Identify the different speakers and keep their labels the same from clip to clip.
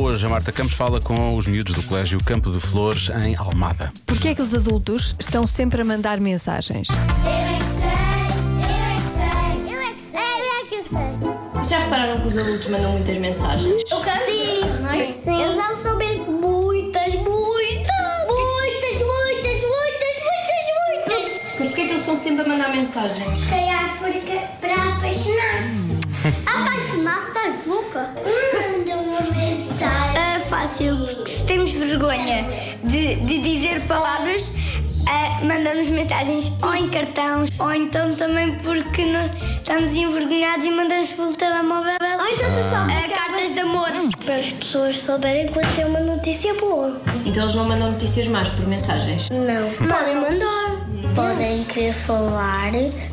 Speaker 1: Hoje a Marta Campos fala com os miúdos do Colégio Campo de Flores em Almada.
Speaker 2: Porquê é que os adultos estão sempre a mandar mensagens?
Speaker 3: Eu é que sei, eu é que sei, eu é que sei, eu é que sei.
Speaker 4: Já repararam que os adultos mandam muitas mensagens?
Speaker 3: Eu sim, mas sim. Eu já soube muitas, muitas, muitas, muitas, muitas, muitas, muitas.
Speaker 4: Mas porquê é que eles estão sempre a mandar mensagens?
Speaker 3: Se calhar porque para apaixonar-se. Apaixonar-se estás louca? Manda uma mensagem.
Speaker 5: É fácil, porque temos vergonha de, de dizer palavras, ah, mandamos mensagens ou em cartões, ou então também porque não- estamos envergonhados e mandamos pelo telemóvel
Speaker 3: Ou então tu só
Speaker 5: ah, cartas de amor.
Speaker 3: Para as pessoas souberem quando tem uma notícia boa.
Speaker 4: Então eles não mandam notícias más por mensagens.
Speaker 3: Não. Podem mandar. Podem querer falar,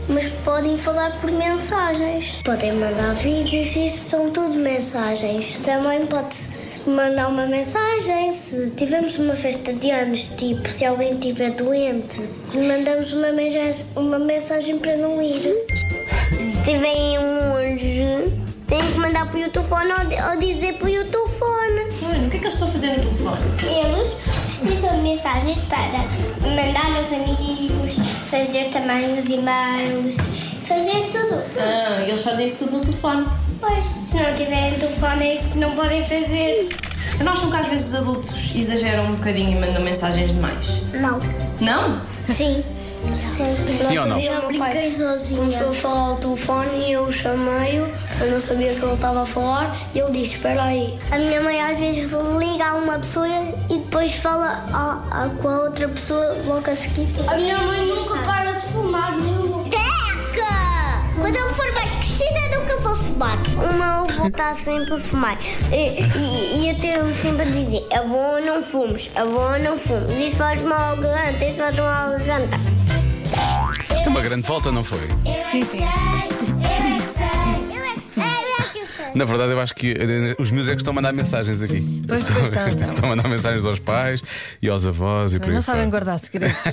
Speaker 3: mas podem falar por mensagens. Podem mandar vídeos, isso são tudo mensagens. Também pode-se mandar uma mensagem se tivermos uma festa de anos, tipo se alguém estiver doente, mandamos uma mensagem, uma mensagem para não ir. Se vem um anjo, tem que mandar para o telefone ou dizer para o telefone.
Speaker 4: Mano, o que é que eles estão a fazer no telefone?
Speaker 3: Eles precisam de mensagens para mandar aos amigos, fazer também os e-mails, fazer tudo.
Speaker 4: Ah, eles fazem isso tudo no telefone.
Speaker 3: Pois, se não tiverem telefone, é isso que não podem fazer.
Speaker 4: Eu não acham que às vezes os adultos exageram um bocadinho e mandam mensagens demais?
Speaker 3: Não.
Speaker 4: Não?
Speaker 3: Sim. Sempre.
Speaker 1: Sim ou não?
Speaker 3: Eu brinquei sozinha. Começou a falar ao telefone e eu chamei-o. Eu não sabia o que ele estava a falar e ele disse: Espera aí. A minha mãe às vezes liga a uma pessoa e depois fala a- a- com a outra pessoa logo a seguir. A minha mãe nunca para de fumar, Teca! Quando eu for mais crescida, nunca vou fumar. O meu avô está sempre a fumar. E, e- e eu tenho sempre a dizer: Avô, não fumes, avô, não fumes. Isso faz mal à garganta, isso faz mal à garganta.
Speaker 1: Isto é uma grande volta, não foi?
Speaker 2: Sim, sim.
Speaker 3: Eu é que sei, eu é que sei.
Speaker 1: Na verdade, eu acho que eh, os miúdos é que estão a mandar mensagens aqui.
Speaker 2: Pois, pois estão, estão.
Speaker 1: Estão a mandar mensagens aos pais e aos avós e por aí
Speaker 2: Não sabem
Speaker 1: fora.
Speaker 2: guardar segredos.